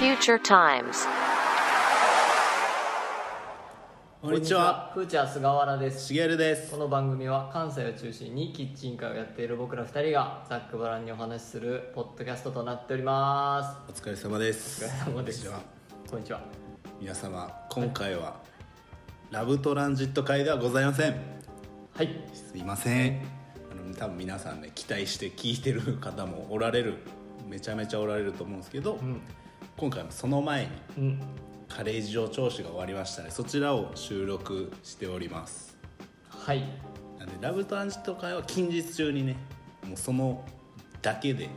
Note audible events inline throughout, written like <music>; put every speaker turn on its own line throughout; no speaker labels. Future Times.
こんにちは、
フーチャー菅原です。
しげるです
こ。の番組は関西を中心にキッチンカーをやっている僕ら二人がざっくばらんにお話しするポッドキャストとなっておりま
お疲れ様です。
お疲れ様です
こんにちは
す。こんにちは。
皆様、今回は、ラブトランジット会ではございません。
はい。
すいません。あの多分皆さんね、期待して聞いてる方もおられる、めちゃめちゃおられると思うんですけど、
うん。
今回もその前に
うん。
カレー事情聴取が終わりましたね。そちらを収録しております。
はい。
なんでラブトランジット会は近日中にね、もうそのだけで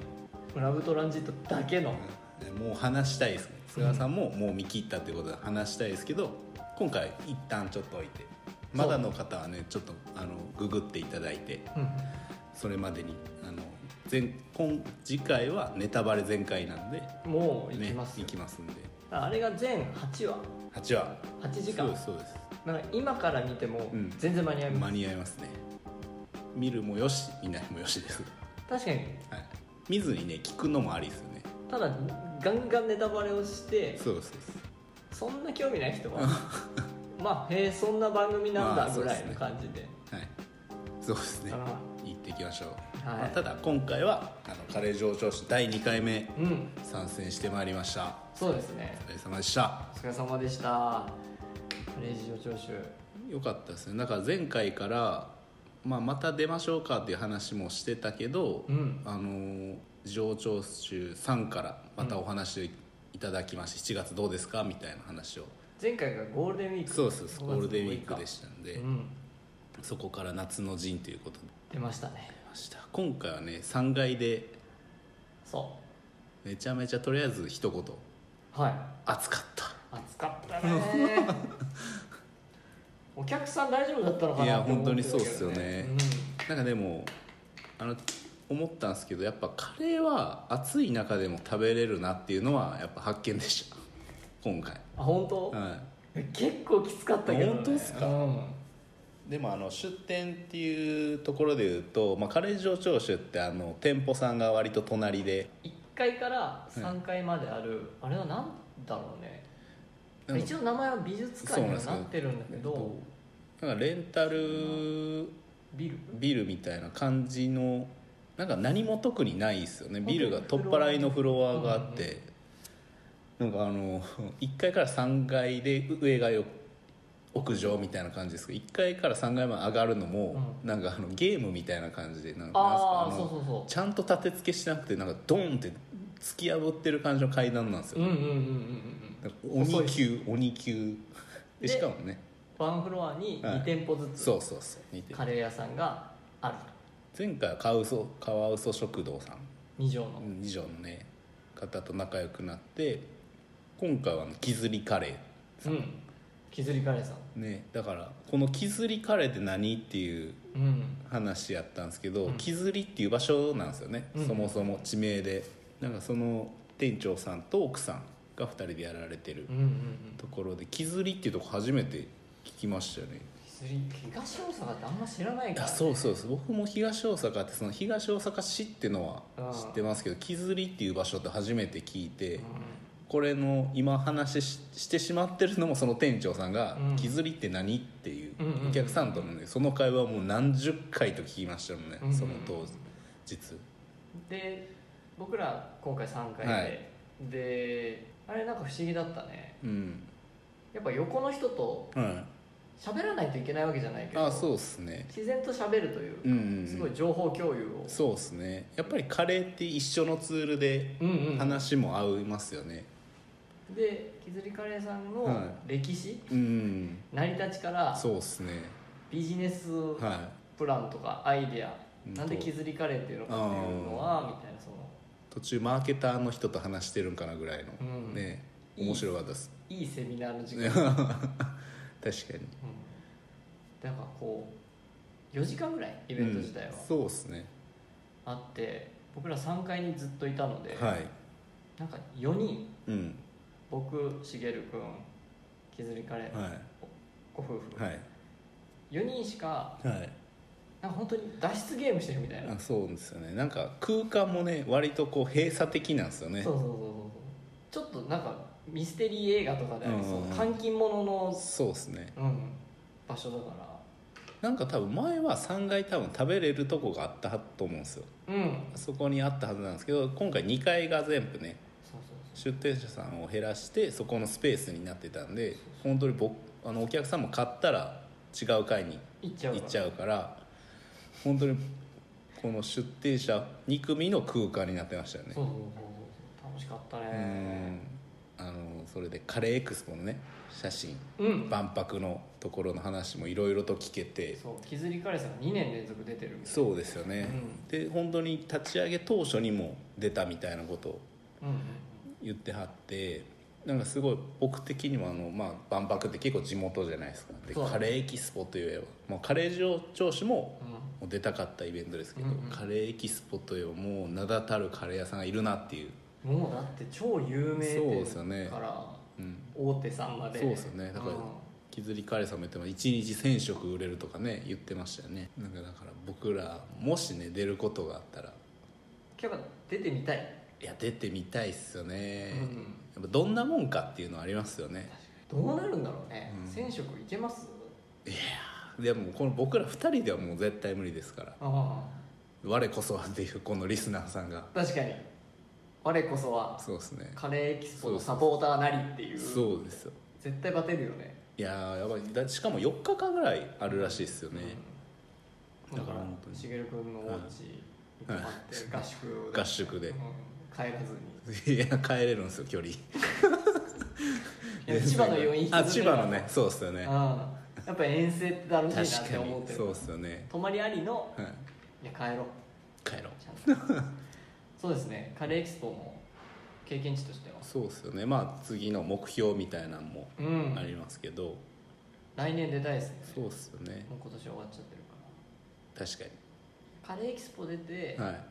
ラブトランジットだけの。
もう話したいですね菅原さんももう見切ったってことで話したいですけど今回一旦ちょっと置いてまだの方はねちょっとあのググっていただいて
うん。
それまでにあの前今次回はネタバレ全開なんで、ね、
もう行きます、
行きますんで
あれが全8話。
8話
8時間
そうですそうです
なんか今から見ても
うん
全然間に合いま
間
す。
に合いますね見るもよし見ないもよしです、
確かに。
はい、見ずにね聞くのもありですよね
ただガンガンネタバレをして、
そうですそうです
そんな興味ない人は。まあ、へえ、そんな番組なん
ま
だ
あそ
ぐら
う
い
です
の
ね
感じで。
はいそうですね
あら
行っていきましょう、
はい
まあただ今回はあのカレー上長市第2回目
うん。
参戦してまいりました
そうですね
お疲れ様でした
お疲れ様でしたレジオ聴取
よかったですねだから前回から、まあ、また出ましょうかっていう話もしてたけど、
うん
あの上長州さんからまたお話いただきまして、7月どうですかみたいな話を
前回がゴールデンウィーク
そうそうそうゴールデンウィークで
し
したんで、
うん
そこから夏の陣ということで
出ましたね
ました今回はね3階で
そ
めちゃめちゃとりあえず一言
うはい
暑かった
暑かったね
<laughs>
お客さん大丈夫だったのかない
や
って思ってたけど
本当にそうっすよねなんかでもあの思ったんですけどやっぱカレーは暑い中でも食べれるなっていうのはやっぱ発見でした <laughs> 今回、
うんあ本当、
は
結構きつかったけど、ね、
本当っすか
うん
い、でもあの出店っていうところで言うと、まあ、カレー上長州ってあの店舗さんが割と隣で
1階から3階まである、あれは何だろうね
なんか
一応名前は美術館にはなってるんだけど
なんかレンタル
ビル
ビルみたいな感じのなんか何も特にないですよねビルが取っ払いのフロアがあって、なんかあの1階から3階で上がよ屋上みたいな感じですけど1階から3階まで上がるのも、なんかあのゲームみたいな感じでなんかなんすか
ああ
あの
そうそうそ
ちゃんと立て付けしてなくてなんかドンって突き破ってる感じの階段なんです
うう
よ、
んうんうんうんうん
なんか
細い
鬼級鬼級で
で
しかもね
ワンフロアに
はい
2店舗ずつ
そうそうそう見て
カレー屋さんがある
前回はカワウソカワウソ食堂さん
2畳の
以上のね方と仲良くなって今回はあの木ずりカレ
うんきずりカレーさん
ーねだからこの木ずりカレーって何っていう
うん
話やったんですけど、
うん
木ずりっていう場所なんですよね、
うん
そもそも地名でなんかその店長さんと奥さんが2人でやられてる
うんうんうん
ところで木ずりっていうとこ初めて聞きましたよね
きずり東大阪ってあんま知らない
い
か
や
ら
そうそうです僕も東大阪ってその東大阪市っていうの
あ
は
ー
知ってますけど木ずりっていう場所って初めて聞いて、
う
これの今話ししてしまってるのもその店長さんが
うん
「木ずりって何?」っていう
うんうんうん
お客さんとのねその会話をもう何十回と聞きましたもんね
うんうん
その当日
んで僕ら今回3回で、
はい
であれなんか不思議だったね
うん
やっぱ横の人と
はい
喋らないといけないわけじゃないけど
あそうっすね
自然と喋るという
う
か、
んうんうん
すごい情報共有を
そうっすねやっぱりカレーって一緒のツールで
うんうん
話も合いますよね
できずりカレーさんの
は
歴史、
うんうん
成り立ちから
そうっすね
ビジネス
は
プランとかアイデア、
うん
なんで削りカレーっていうのかっていうのはみたいなその
い途中マーケターの人と話してるんかなぐらいの
うん
ね
いい
面白かったです
いいセミナーの時間、
確
うん、
かに
だからこう4時間ぐらいイベント自体は
うんそうっすね
あって、僕ら3階にずっといたので、
はい
なんか4人
うん
僕しげるくん削りカレー、
はい
ご夫婦、
はい
4人しか
はい、
なんか本当に脱出ゲームしてるみたいな、
あそうですよねなんか空間もね割とこう閉鎖的なんですよね
そうそうそうそうちょっとなんかミステリー映画とかでありそう、
うん
監禁者の、
そうですね
うん、場所だか
なんか多分前は3階多分食べれるとこがあったと思うんですよ
らうん
そこにあったはずなんですけど今回2階が全部ね
そうそう
出店者さんを減らしてそこのスペースになってたんで本当に僕あのお客さんも買ったら違う階に
そう行っちゃう
行っちゃうか
から
ら本当にこの出店者2組の空間になってましたよね
そうそうそうそう楽しかった
う
ね
んあのそれでカレーエクスポのね写真
うん、
万博のところの話もいろいろと聞けて
そうキズリカレーさんが2年連続出てるみたい
そうですよね、で本当に立ち上げ当初にも出たみたいなことを
うんうん
言ってはってなんかすごい僕的にもあの、まあ、万博って結構地元じゃないですかで
そう
カレーエキスポといえば、まあ、カレー上司も
うんうん
出たかったイベントですけど、
うんうん
カレーエキスポといえばもう名だたるカレー屋さんがいるなっていう、
もうだって超有名
そうですよね
店から
うん、
大手さんまで
そうですよねだから
うん
きずりカレーさんも言っても1日1000食売れるとかね言ってましたよねなんかだから僕らもしね出ることがあったら
結構出てみたい、
いや出てみたいっすよね、
うん
やっぱどんなもんかっていうのはありますよね
どうなるんだろうね、
うん
1000食いけます
でもこの僕ら2人ではもう絶対無理ですから
あ
我こそはっていうこのリスナーさんが
あ確かに我こそは
そうですね
カレーエキスポのサポーターなりっていう
そうですよ
絶対バテるよね
いやーやばいだしかも4日間ぐらいあるらしいですよね、
うん
だ
だか
からら本当に
しげる君のお家に泊まって合宿
合宿で
うん帰らずに
いや帰れるんですよ距離
いや千葉の余韻引き
あ
ず
千
るよ
葉のねそうですよね
うんやっぱ遠征って楽しいなっ
確
て
か
思って
に
る
そうですよね、
泊まりありの
はい、
いや帰ろう
帰ろう
ちゃ
<laughs>
んとそうですねカレーエキスポも経験値としては
そうですよねまあ次の目標みたいなのも
うん
ありますけど、
来年出たいですね
そうですよね
もう今年終わっちゃってるか
確から
カレーエキスポ出て、
にはい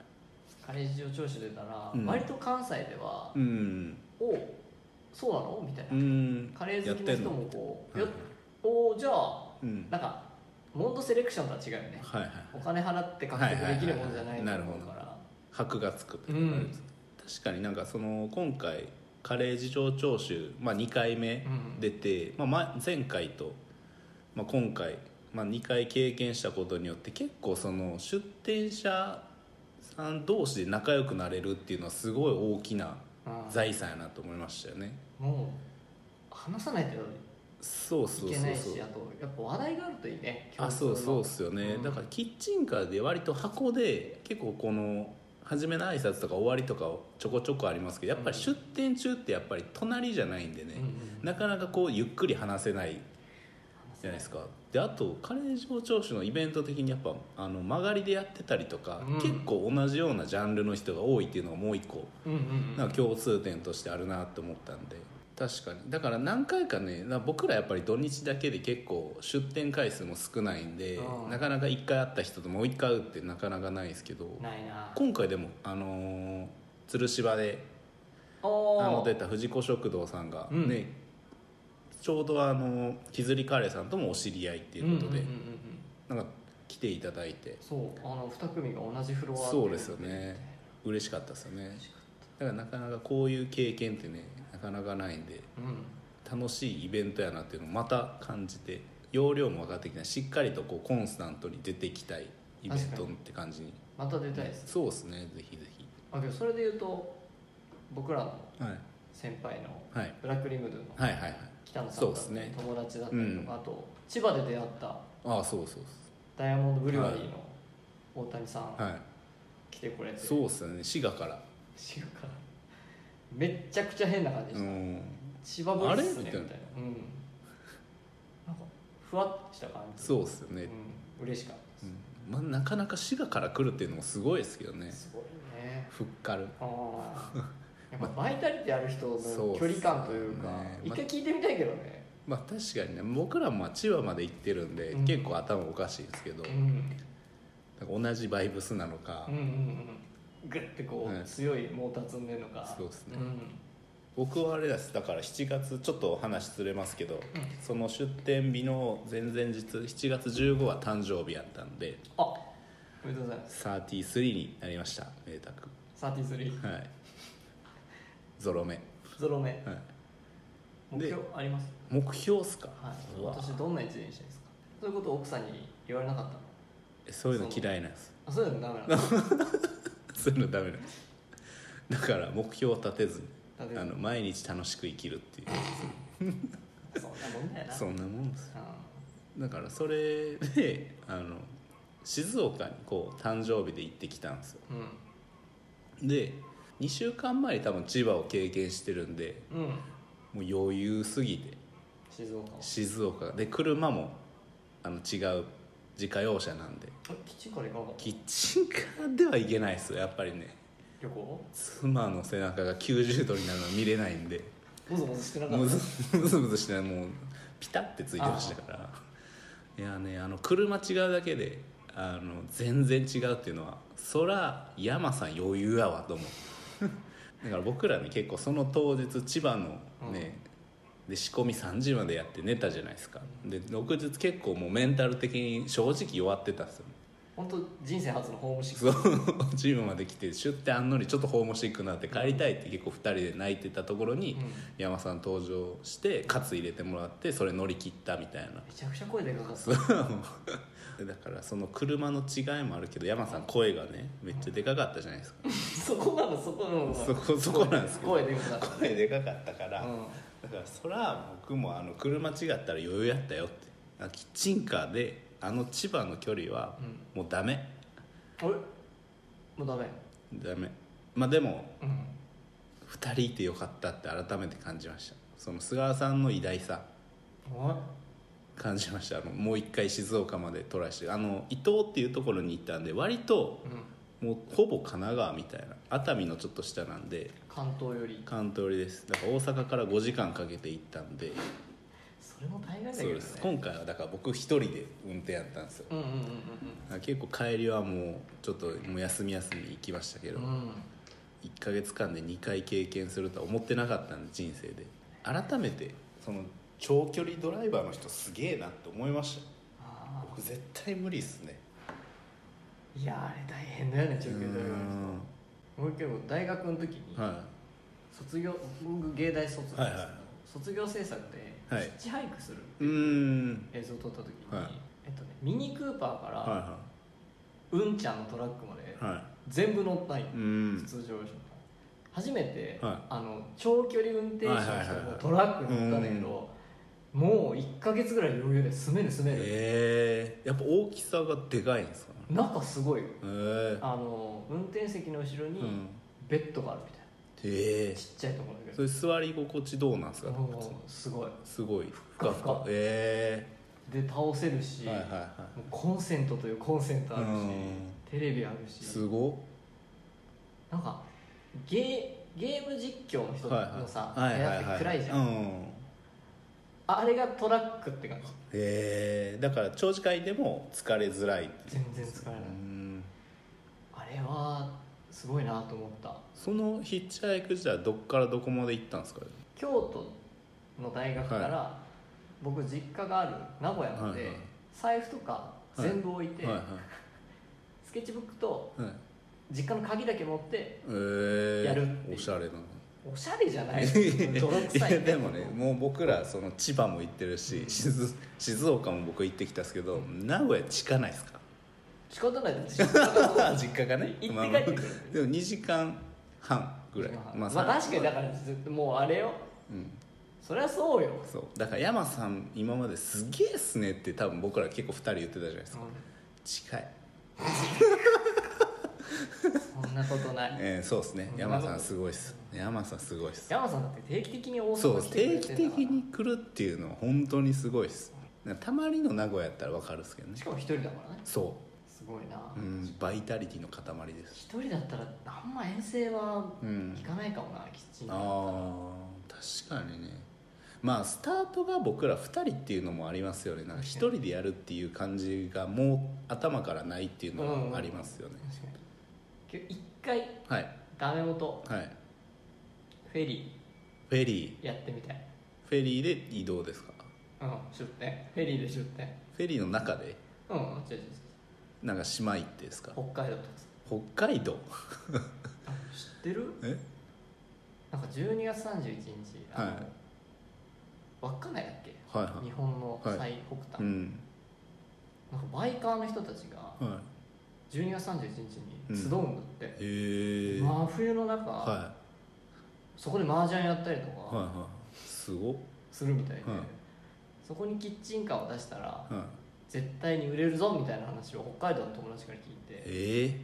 カレー事情聴取出たら、
うん
割と関西では
うん
「おそうなの?」みたいな、
うん
カレー好きの人もこう「
や
よ
ってんの
おーじゃあ
うん
なんかモンドセレクションとは違うよね
はいはい
お金払って獲得できるもんじゃな
はいは
いと
いはいはい
思うから
箔がつくと
う
い
ん
うか、確かになんかその今回カレー事情聴取、まあ、2回目
うん
出て、まあ、前前回と、まあ、今回、まあ、2回経験したことによって結構その出店者さん同士で仲良くなれるっていうのはすごい大きな
うん
財産やなと思いましたよね
もう話さないと
そうそうそう
いけ
そ
ないし
う
あとやっぱ話題があるといいね
あそうそうっ
共通
すよね、
うん
だからキッチンカーで割と箱で結構この初めの挨拶とか終わりとかちょこちょこありますけどやっぱり出店中ってやっぱり隣じゃないんでね
の、うん
なかなかこうゆっくり話せないじゃないですかであとカレー上聴取のイベント的にやっぱあの曲がりでやってたりとか、
うん
結構同じようなジャンルの人が多いっていうのがもう一個
うんうんうん
なんか共通点としてあるなと思ったんで確かにだから何回かねな僕らやっぱり土日だけで結構出店回数も少ないんで
うん
なかなか1回会った人ともう1回会うってなかなかないですけど
ないな
今回でもあのー鶴芝で
お
あの
ー
出た藤子食堂さんがね、
うん
ちょうどあのきずりカレーさんともお知り合いっていうことで、
んんんうん
なんか来ていただいて
そうあの2組が同じフロア
そうですよね嬉しかったですよねだからなかなかこういう経験ってねなかなかないんで
うん
楽しいイベントやなっていうのをまた感じて容量も分かってきたしっかりとこうコンスタントに出てきたいイベントって感じに
また出たいです
そうですねぜひぜひ
あけどそれで言うと僕らの
はい
先輩の
はい
ブラックリムドゥの
はいはいはい
北野さ
そ
ん
うで
だっ
す
たり
ね
友達だったりとか、
う
あと千葉で出会った
ああそうそう
ダイヤモンドブリュワリーの大谷さん、
そうはい
来てくれて
そうですね滋賀から
知るからめっちゃくちゃ変な感じで
う
した、
ん
千葉ボイスっすねみ
あ
た
れ
い
み
な
たい
うんなんかふわっとした感じ
そうですよ
う
ね、
ん、嬉しかったです、
うんまあ、なかなか滋賀から来るっていうのもすごいですけどね
すごいね
ふっかる
あ
<laughs>
あやっぱバイタリティある人の距離感というか
そうっすね
一回聞いてみたいけどね、
まあ確かにね僕らもまあ千葉まで行ってるんで、
うん
結構頭おかしいですけど、
うん、
なんか同じバイブスなのか、
うんうんうんグッてこう、
はい
強いモーター積んでるのか
そうっすね
ん
僕はあれですだから7月ちょっとお話ずれますけど、
ん
その出店日の前々日7月15は誕生日やったんで
あおめでとうございます
33になりましためでたく
33
はいゾロ目
ゾロ目
はい
目標あります
目標っすか、
はいう
わ
私どんな一年にしたいですかそういうことを奥さんに言われなかったの
えそういうの嫌いなんです
あそういうのダメ
<laughs>
なのだ
そういうのダメなんですだから目標を立てずに
って
あの毎日楽しく生きるっていう
そんなもんだよな
そ
うん
なもんですだからそれであの静岡にこう誕生日で行ってきたんですよ
ん
で2週間前に多分千葉を経験してるんで
うん、うん、
もう余裕すぎて
静岡は
静岡で車もあの違う自家用車なんで
えキッチンから行かなかった
キッチンカーでは行けないですよやっぱりね
旅行
妻の背中が90度になるのは見れないんで
もぞもぞしてなか
む
っ
ず <laughs> むずむずしてないもうピタってついてましたからいやねあの車違うだけであの全然違うっていうのはそら山さん余裕やわと思う <laughs> だから僕らね結構その当日千葉のね、で仕込み3時までやって寝たじゃないですかで翌日結構もうメンタル的に正直弱ってたんですよ <laughs>
た本当人生初のホームシック
そうジムまで来てシュッてあんのにちょっとホームシックになって帰りたいって結構2人で泣いてたところに、
うん
山さん登場してカツ入れてもらってそれ乗り切ったみたいな <laughs>
めちゃくちゃ声でかかった
そうだからその車の違いもあるけど山さん声がねめっちゃでかかったじゃないですか
そこなのそこなの
そこそこなんですけど
声でかかった
声でかかったから、
うん
だからそら僕もあの車違ったら余裕やったよってあキッチンカーであの千葉の距離は
うん
もうダメ
あれもうダメ
ダメまあでも
うん
2人いてよかったって改めて感じましたその菅原さんの偉大さ
おい
感じましたあのもう一回静岡までトライしてあの伊東っていうところに行ったんで割と
うん
もうほぼ神奈川みたいな熱海のちょっと下なんで
関東より
関東寄りですだから大阪から5時間かけて行ったんで
それも大概だけ
そ
ど
う
ね
です今回はだから僕一人で運転やったんですよ
うんうんうん
だから結構帰りはもうちょっともう休み休み行きましたけど
うんうん
1ヶ月間で2回経験するとは思ってなかったんで人生で改めてその長距離ドライバーの人すげえなって思いました
あ
僕絶対無理っすね
ーいやーあれ大変だよね中
う
級大学
ん
もう一回僕大学の時に
は
卒業僕芸大卒なんですけど、
はいはい
卒業制作でヒ
はい
ッチハイクする
い。うーん。
映像を撮った時に、
はい
えっとね、ミニクーパーから、
は
うんちゃんのトラックまで
いはい。は
全部乗ったんよ
い。うー
普
ん。
通乗用車初めて、
はい
あの長距離運転手の人
はいはいはいはい
のトラックに乗ったんだけどもう1か月ぐらい余裕で住める住める、
ええー、やっぱ大きさがでかいんですかね。
中すごいよ
ええー。
あの運転席の後ろ
う
に
ん。
ベッドがあるみたい
え
な、
え
ちっちゃいところだ
ー。
け
そ
ど
れ座り心地どうなんですか。
もうすごい
すごい。ふ
か
か
ふ
ふ
か
か。え
で倒せる
え
し、
ー。はいはいは
もうコンセントというコンセントあるし、
うん
テレビある
い。
し
すご。
なんかゲーゲーム実況の人
はいはい。
のさ、
はい
や
は
つっ
は
て暗いじゃん、
うん。
あれがトラックって感じ
ええー、だから長時間でも疲れづらい。
全然疲れ
う
ない、
ん。
あれはすごいなと思った
そのヒッチハイク時代はどっからどこまで行ったんですか。
京都の大学から、僕実家がある名古屋まで、
はいはい
財布とか全部置いて、
はいはい。
スケッチブックと
はい。
実家の鍵だけ持って
ええー。
やるっていう
おしゃれな。
おしゃれじゃない泥
い
臭い
やでもねもう僕らその千葉も行ってるし静静岡も僕行ってきたんですけど名古屋近ないですか
仕方ないです実家が
あ実家がね <laughs>
行
ま
っ
あまあ
て帰ってくる
でも2時間半ぐらい
まあ、
さ
確かにだからずっともうあれよ
うん
そりゃそうよ、
そうだから山さん今まですげえっすねって多分僕ら結構2人言ってたじゃないですか近い、
そんなことない
えーそうですね
うん
山さんすごいっす山さんすごいっす
山さんだって定期的に大
そ
阪
う
来てくれ
定
て
期
ん
的
だから
に来るっていうのは本当にすごいっすたまにの名古屋やったら分かるっすけどね
しかも一人だからね
そ
すごいな
う、うん、バイタリティの塊です
一人だったらあんま遠征は
うん
行かないかもなキッチンカー
あー確かにねまあスタートが僕ら2人っていうのもありますよねなんか1人でやるっていう感じがもう頭からないっていうのはありますよね、
確かにけど一回
はい
ダメ元
はい
フェリ
フェリ
ーやってみたい
ーフェリーで移動ですか
うん出店フェリーで出店
フェリーの中で
うん違う違う違う
なんか島行ってですか
北海道とか
北海道
あ知ってる
え
なんか12月31日あの
はい
稚内だっけ
はいは
日本の
はい
最北
い
端、
うん
なんかバイカーの人たちが
は
12月31日に集うんだって、
いへえはい
真冬の中、
は
そこで麻雀やったりと
い
か
はいすごっ
するみたいで、
はい
そこにキッチンカーを出したら
はい
絶対に売れるぞみたいな話を北海道の友達から聞いて
え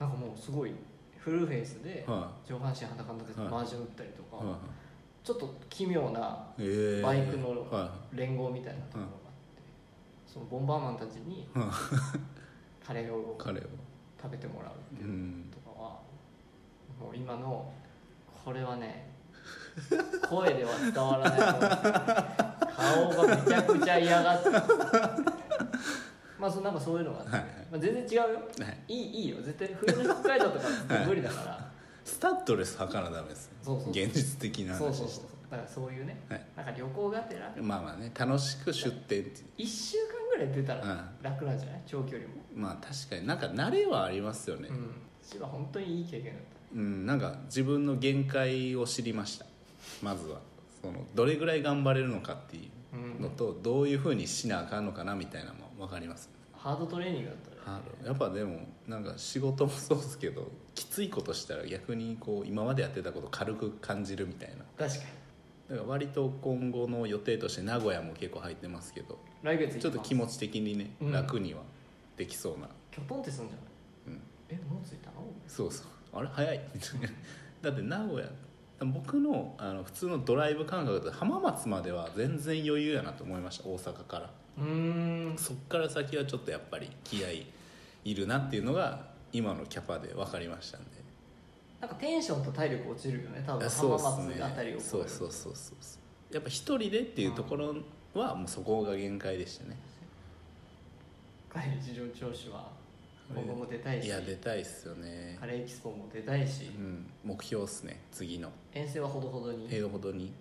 なんかもうすごいフルフェイスで
えは
上半身裸の中で
はい
麻雀打ったりと
い
か、
は
ちょっと奇妙ない
ええ
バイクの
は
連合みたいなところがあって、そのボンバーマンたちに
うん
カレーを
い彼は
食べてもらうって
う
いうんとかはもう今のこれはね声では伝わらないと思うんですよ顔がめちゃくちゃ嫌がってたまあそなんかそういうのがあって、
はい
まあ、全然違うよ
はい
いいいいよ絶対冬の北海道とか
はい
無理だから、
スタッドレスはからダメですね
そうそう
現実的な
そう
話
そう
し
そうだからそういうね、
はい
なんか旅行がてら
てまあまあね楽しく出店っていう
1週間ぐらい出たら楽なんじゃない長距離も
まあ確かになんか慣れはありますよね
うん千葉本当にいい経験だっ
うんなんか自分の限界を知りましたまずはそのどれぐらい頑張れるのかってい
た、うん
うのとどういうふうにしなあかんのかなみたいなのも分かります
ハードトレーニングだったら、
ハードやっぱでもなんか仕事もそうですけどきついことしたら逆にこう今までやってたこと軽く感じるみたいな
確かに
だから割と今後の予定として名古屋も結構入ってますけど
来月行きます
ちょっと気持ち的にね
うん
楽にはできそうな、
きょとんってすんじゃない、
うん
えもう着いたの
そうそうあれ早い <laughs> だって名古屋僕のあの普通のドライブ感覚で浜松までは全然余裕やなと思いました大阪から
うーん
そっから先はちょっとやっぱり気合いいるなっていうのが今のキャパで分かりましたんで
なんかテンションと体力落ちるよね多分
あそう
浜
っす
松あたりを
ねそうそううそうそうそうやっぱ一人でっていうところはもうそこが限界でしたね
事情聴取は今後も出たいし
いや出たいっすよね
カレーエキスポも出たいし、
うん目標っすね次の
遠征はほどほどに、
平和ほどに
うん、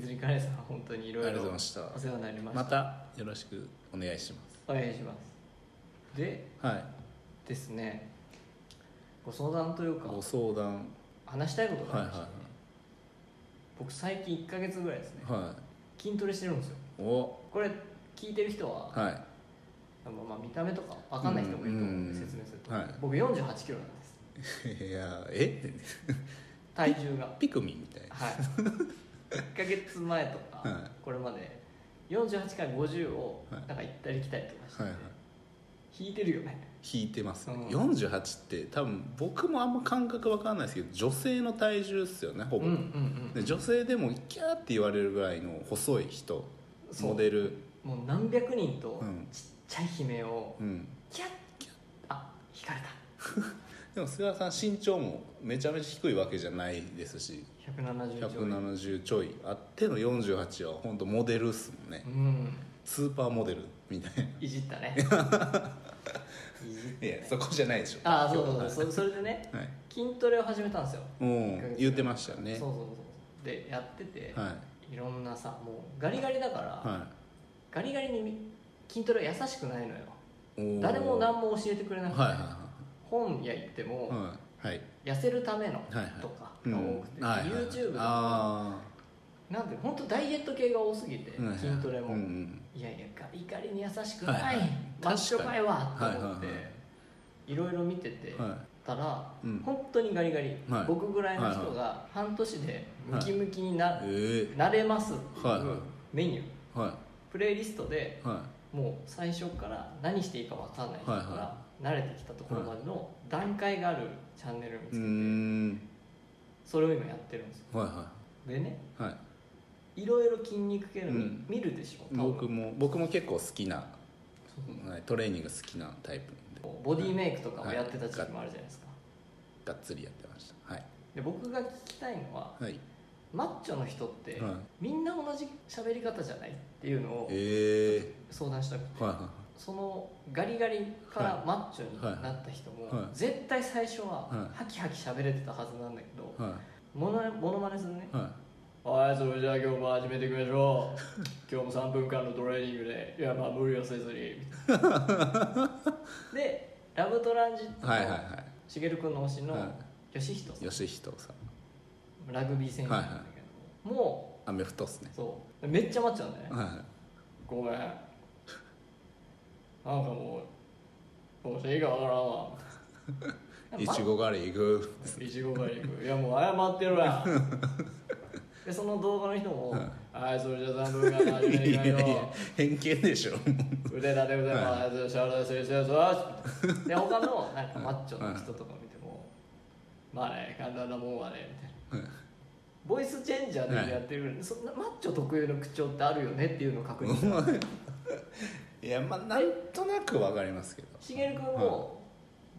削りカレーさんは本当にい
あり
ろ
が
い
とうござい
ろ
ました
お世話になりまし
ま
た
たよろしくお願いしま
お願いしますです
はい
ですねご相談というか
ご相談
話したいことが
はい
ありまして、僕最近1か月ぐらいですね
はいは
筋トレしてるんですよ
いお
これ聞いてる人は、
はい
あのまあ、見た目とか分かんない人もいると思うんで
うん
説明すると、
はい
僕4 8キロなんです
い <laughs> やえ
体重が
ピクミンみたい
はい1か月前とか、
はい
これまで48から50を
はい
なんか行ったり来たりとかしてて、
はいはい
引いてるよね
引いてますね、
うん
48って多分僕もあんま感覚わかんないですけど女性の体重っすよね
う
ほ
ん
ぼ、
うんうん
で女性でもキャーって言われるぐらいの細い人
そう
モデル
もう何百人と
うん
ちっちゃい悲鳴を
うん
キャッキャッあ引かれた
でも菅原さん身長もめちゃめちゃ低いわけじゃないですし
170兆円
170ちょいあっての48は本当モデルっすもんね
うん
スーパーモデルみたい
いじったね
な
いじったね
<laughs> いやそこじゃないでしょ
ああそうそうそうそそれでね
はい
筋トレを始めたんですよ
うん言ってましたね
そうそうそうそうでやってて、
はい
い、ろんなさもうガリガリだから、
は
ガリガリにみ筋トレは優しくないのよ
いおー
誰も何も教えてくれな
はい
くて、
は
本屋行っても、
いはいはいはい
痩せるための
はいはい
とか
う
が
ん
多くて、
はいはい
YouTube とか
あ
なんで本当ダイエット系が多すぎて、
ーはいはい
筋トレも、
うんうん
いやいやガリガリに優しくない、
はいはい
マッチョかいわと
確か
思っ
に
て、
はいいはいは
ろいろ見てて、
は
たら、
うん
本当にガリガリ、
はい
僕ぐらいの人が半年でムキムキにな,、
いえ
なれますってい
はいう
メニュー、
えは
プレイリストで
いは
もう最初から何していいか分かんない人から、
は
慣れてきたところまでの段階があるチャンネルを
い
見つ
う
けて、
ん
それを今やってるんですよ
はいは
でね
いはい
いろいろ筋肉系の
うん
見るでしょ、多分
僕も僕も結構好きな
そうそう
はいトレーニング好きなタイプなんで
ボディメイクとかもやってた時期もあるじゃないですか、
がっつりやってましたはい
で僕が聞きたいのは
はい
マッチョの人って、
はい
みんな同じ喋り方じゃないっていうのを
え
相談したくて
えはいは
そのガリガリからマッチョになった人も、
はいはい
絶対最初は
はい
ハキハキ喋れてたはずなんだけど、
いは
ものモノマネするね
いは
はいそれじゃあ今日も始めていきましょう <laughs> 今日も3分間のトレーニングでいやまあ無理はせずに <laughs> でラブトランジット
いはいはい
の
は
しげる君の推し
い
の
は
吉人さん
い吉人さん
ラグビー選手なんだけど、もう
アメフトっすね
そうめっちゃ待っちゃうんだよね
は
ごめんなんかもうもう手がわからんわ
いい
<laughs>
ちご狩り行く
いちご狩り行くいやもう謝ってる <laughs> わでその動画の人も「はいそれじゃ残酷が始めてい
い
き
や
まし
い
ょ
や偏見でしょ
う腕立て腕もあいつシャルダーシャルダーで他のなんかマッチョの人とか見ても「まあね簡単なもんはね」みたいなボイスチェンジャーでやってるそんなマッチョ特有の口調ってあるよねっていうのを確認した
いやまあなんとなくわかりますけど
しげる君も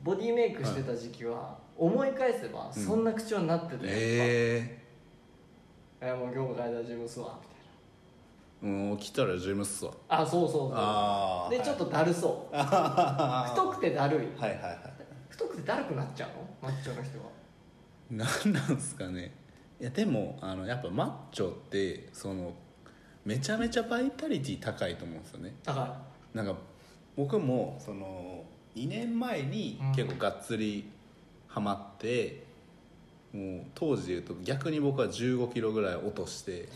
ボディメイクしてた時期は思い返せばそんな口調になってたよ
え
えもう今日も変えた自分すわみたいな
えもう来たらジムっすわ
あそうそうそう
ああ
でちょっとだ
<laughs>
るそう太くてだるい
はいはいはい
太くてだるくなっちゃうのマッチョの人は
なんなんすかねいやでもあのやっぱマッチョってそのめちゃめちゃバイタリティ高いと思うんですよね
だか
なんか僕もその2年前に
うん
結構がっつりハマって、もう当時でいうと逆に僕は1 5キロぐらい落として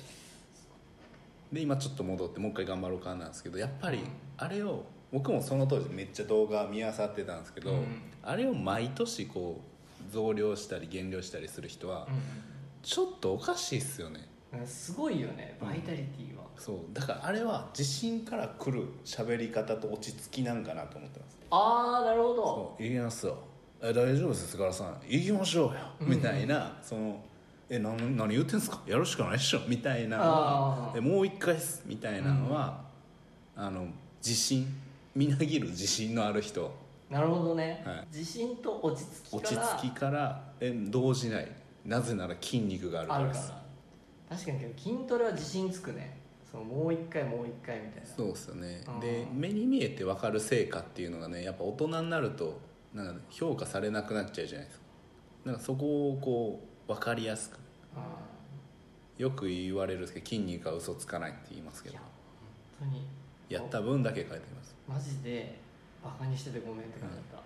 で今ちょっと戻ってもう一回頑張ろうかなんですけどやっぱりあれを僕もその当時めっちゃ動画見漁ってたんですけど、
うん
あれを毎年こう増量したり減量したりする人は
ら、
ちょっとおかしいっすよね
うん、すごいよねバイタリティは、
そうだからあれは自信から来る喋り方と落ち着きなんかなと思ってます
ああなるほど
そう行きますよえ大丈夫ですからさん行きましょうよ
うんうん
みたいなそのえな何言ってんすかやるしかないっしょみたいなの
あ
は
ー
えもう一回っすみたいなのは、あの自信みなぎる自信のある人
なるほどね、
はい
自信と落ち着き
落
か
ち
ら
着きからえ動じないなぜなら筋肉があるか
ある
ら
か
です
ら確かにけど筋トレは自信つくねそのもう一回もう一回みたいな
そうですよね
うん
で目に見えて分かる成果っていうのがねやっぱ大人になるとなんか評価されなくなっちゃうじゃないですかなんかそこをこう分かりやすく
う
よく言われるんですけど筋肉は嘘つかないって言いますけ
んい
ど
や本当に
やった分だけ書いてあります
マジでバカにしててごめんって感じだっ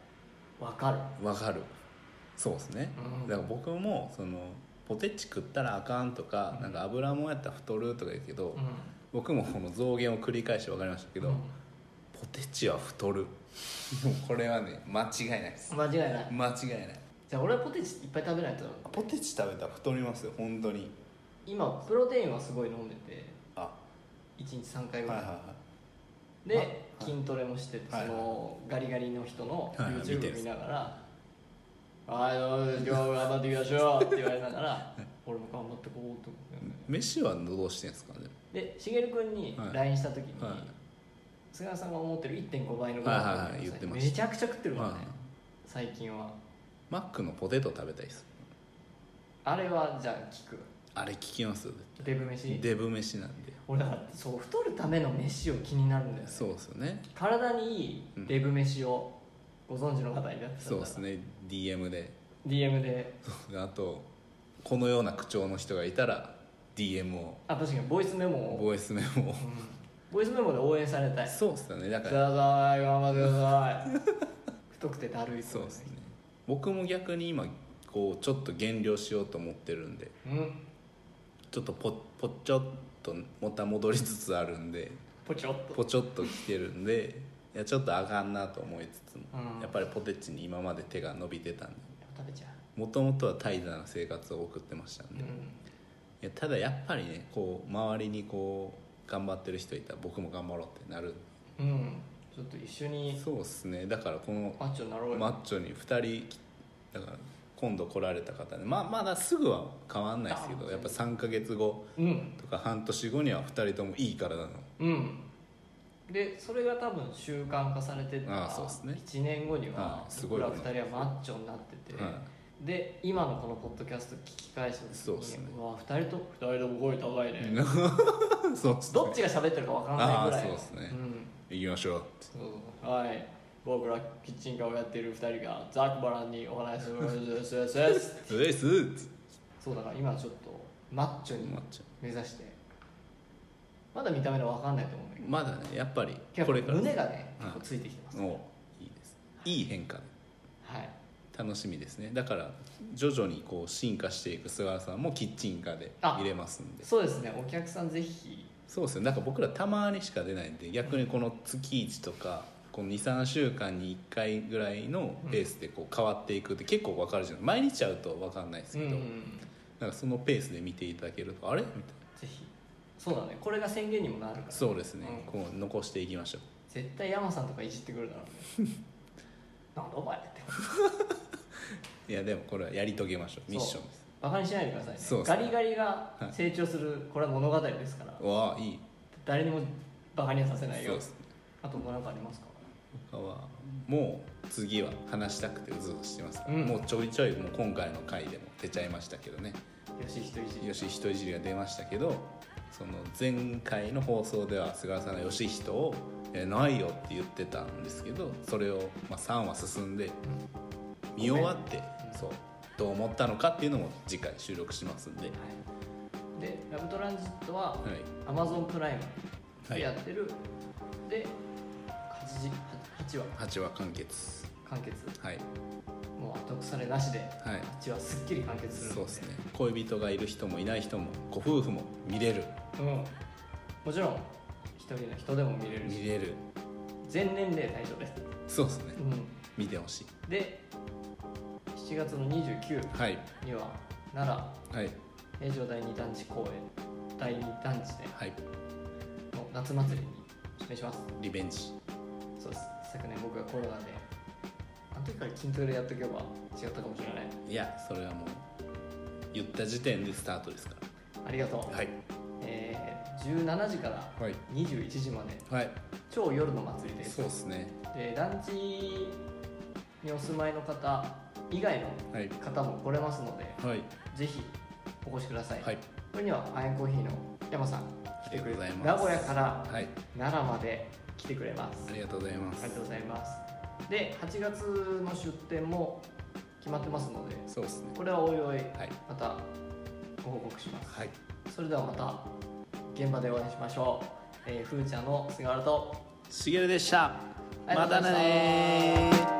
たわかる
わかるそうですね、
うん
だから僕もそのポテチ食ったらあかんとか,、
うん
なんか油もんやったら太るとか言うけど、
うん
僕もこの増減を繰り返して分かりましたけど、
うん
ポテチは太る <laughs> もうこれはね間違いないです
間違いない
間違いない
じゃあ俺はポテチいっぱい食べないと
ポテチ食べたら太りますよ本当に
今プロテインはすごい飲んでて
あ
1日3
はい
回ぐ
は
ら
い
い、
は
で、
はい
筋トレもしてて、
はい
そのガリガリの人の
はいはい見てる
YouTube 見ながら「はい、どうです今日も頑張っていきましょう」って言われながら俺も頑張ってこうと思って、
い飯はどうしてんですかね
でしげる君に
はい
LINE した時に、
はい
菅原さんが思ってる1.5倍のご
はいはい
飯
はい言ってました
めちゃくちゃ食ってるからね、
はい
最近は
マックのポテト食べたいです
あれはじゃあ聞く
あれ聞きます
デブ飯
デブ飯なんで
俺だからそう太るための飯を気になるんだよね
そうですよね
体にいいデブ飯をご存知の方いらっしゃった
そう
ら
ですね DM で
DM で
そうあとこのような口調の人がいたら DM を
あ確かにボイスメモを、
ボイスメモを
うんボイスメモで応援されたい「く
そうっすよねだ
だ
から
さい頑張ってください」
<laughs>
太くてだるい
そうですね僕も逆に今こうちょっと減量しようと思ってるんで
うん
ちょっとぽぽっちょっとまた戻りつつあるんで
ポチョっと
ぽちょっと来てるんでいやちょっとあかんなと思いつつも、
うん
やっぱりポテチに今まで手が伸びてたんで
食べちゃ
もともとは怠惰な生活を送ってましたん
う、
で、
う
いや
ん、
ただやっぱりねこう周りにこう頑張ってる人いたら僕も頑張ろうってなる
うん、ちょっと一緒に
そうっすねだからこの
マッチョになろうよ、
マッチョに2人きだから今度来られた方でまあまだすぐは変わんないですけどやっぱ3ヶ月後
うん
とか半年後には2人ともいい体の
うんでそれが多分習慣化されてった
あーそうっすね
1年後には
はいすごい
僕ら2人はマッチョになってて、
は
で今のこのポッドキャスト聞き返した
そうっ
時
す
に
ね
うわ2人と2人とも声高いね
<laughs> そうっすね
どっちが喋ってるか分かんないぐらい
あーそうっすね
ん
行きましょう
そうはい僕らキッチンカーをやっている2人がザックバランにお話しするそうそうそう
<laughs>
そ
「
う
うえすーっつって
そうだから今ちょっとマッチョに
マッチョ
目指してまだ見た目の分かんないと思うんだけど
まだねやっぱり
結
こ
構
れから
胸がね
はい
結構ついてきてます、
おいいですいい変化
はい
楽しみですねだから徐々にこう進化していく菅原さんもキッチンカーで入れますんで
そうですねお客さんぜひ
そうですよなんか僕らたまにしか出ないんで逆にこの月1とか23週間に1回ぐらいのペースでこう変わっていくって結構わかるじゃない毎日会うと分かんないです
うん
けど、
うんうん
なんかそのペースで見ていただけるとあれみたいな
ぜひそうだねこれが宣言にもなるから
そうですね、
うん
こう残していきましょう
絶対山さんとかいじってくるだろ
<laughs>
うねなんだお前って
いやでもこれはやり遂げましょうミ
そう
ッションです
バカにしないでくださいね
そうです
ガ
ね
リガリが
はい
成長する、これは物語ですから
わあいい
誰にもバカにはさせない
そう
よ
です
あともう何かありますか
他はもう次は話したくてうずうずしてます、
うん
もうちょいちょいもう今回の回でも出ちゃいましたけどね
よし人いじり
よし人いじりが出ましたけどその前回の放送では菅原さんが「よし人」を「えないよ」って言ってたんですけどそれを、まあ、3話進んで見終わって
ん
そうどう思ったのかっていうのも次回収録しますんで、は、
はいでラブトランジットはいアマゾンプライム
はい
でやってる、で 8, 時8話
8話完結
完結
はい
もう後腐れなしで
はい
8話すっきり完結するの
そうですね恋人がいる人もいない人もご夫婦も見れる
うん、もちろん一人の人でも見れるし
見れる
全年齢対象です、
そうですね
う
見てほしい
ん、で7月の29
はい
には奈
はい
良平城第二団地公園第二団地で
はい
の夏祭りに出演します
リベンジ
そうです昨年僕がコロナであの時から筋トレやっとけば違ったかもしれない
いやそれはもう言った時点でスタートですか
ありがとう、
らはい
えー、17時から
はい
21時まで
はい
超夜の祭りです
そうですね
で団地にお住まいの方以外の
はい
方も来れますので
はい
ぜひお越しください、
はい
これにはアイアンコーヒーの山さん来てく
ありがとうご
れ
ざいます
名古屋から
はい
奈良まで来てくれます
ありがとうございま
ありが
す
とうございますで8月の出店も決まってますので
そうですね
これはおいおい
はい
またご報告します
はい
それではまた現場でお会いしましょう、えー、ふーちゃんの菅原と
しげるでした
あり
ま
がとう
た
ございました
ねー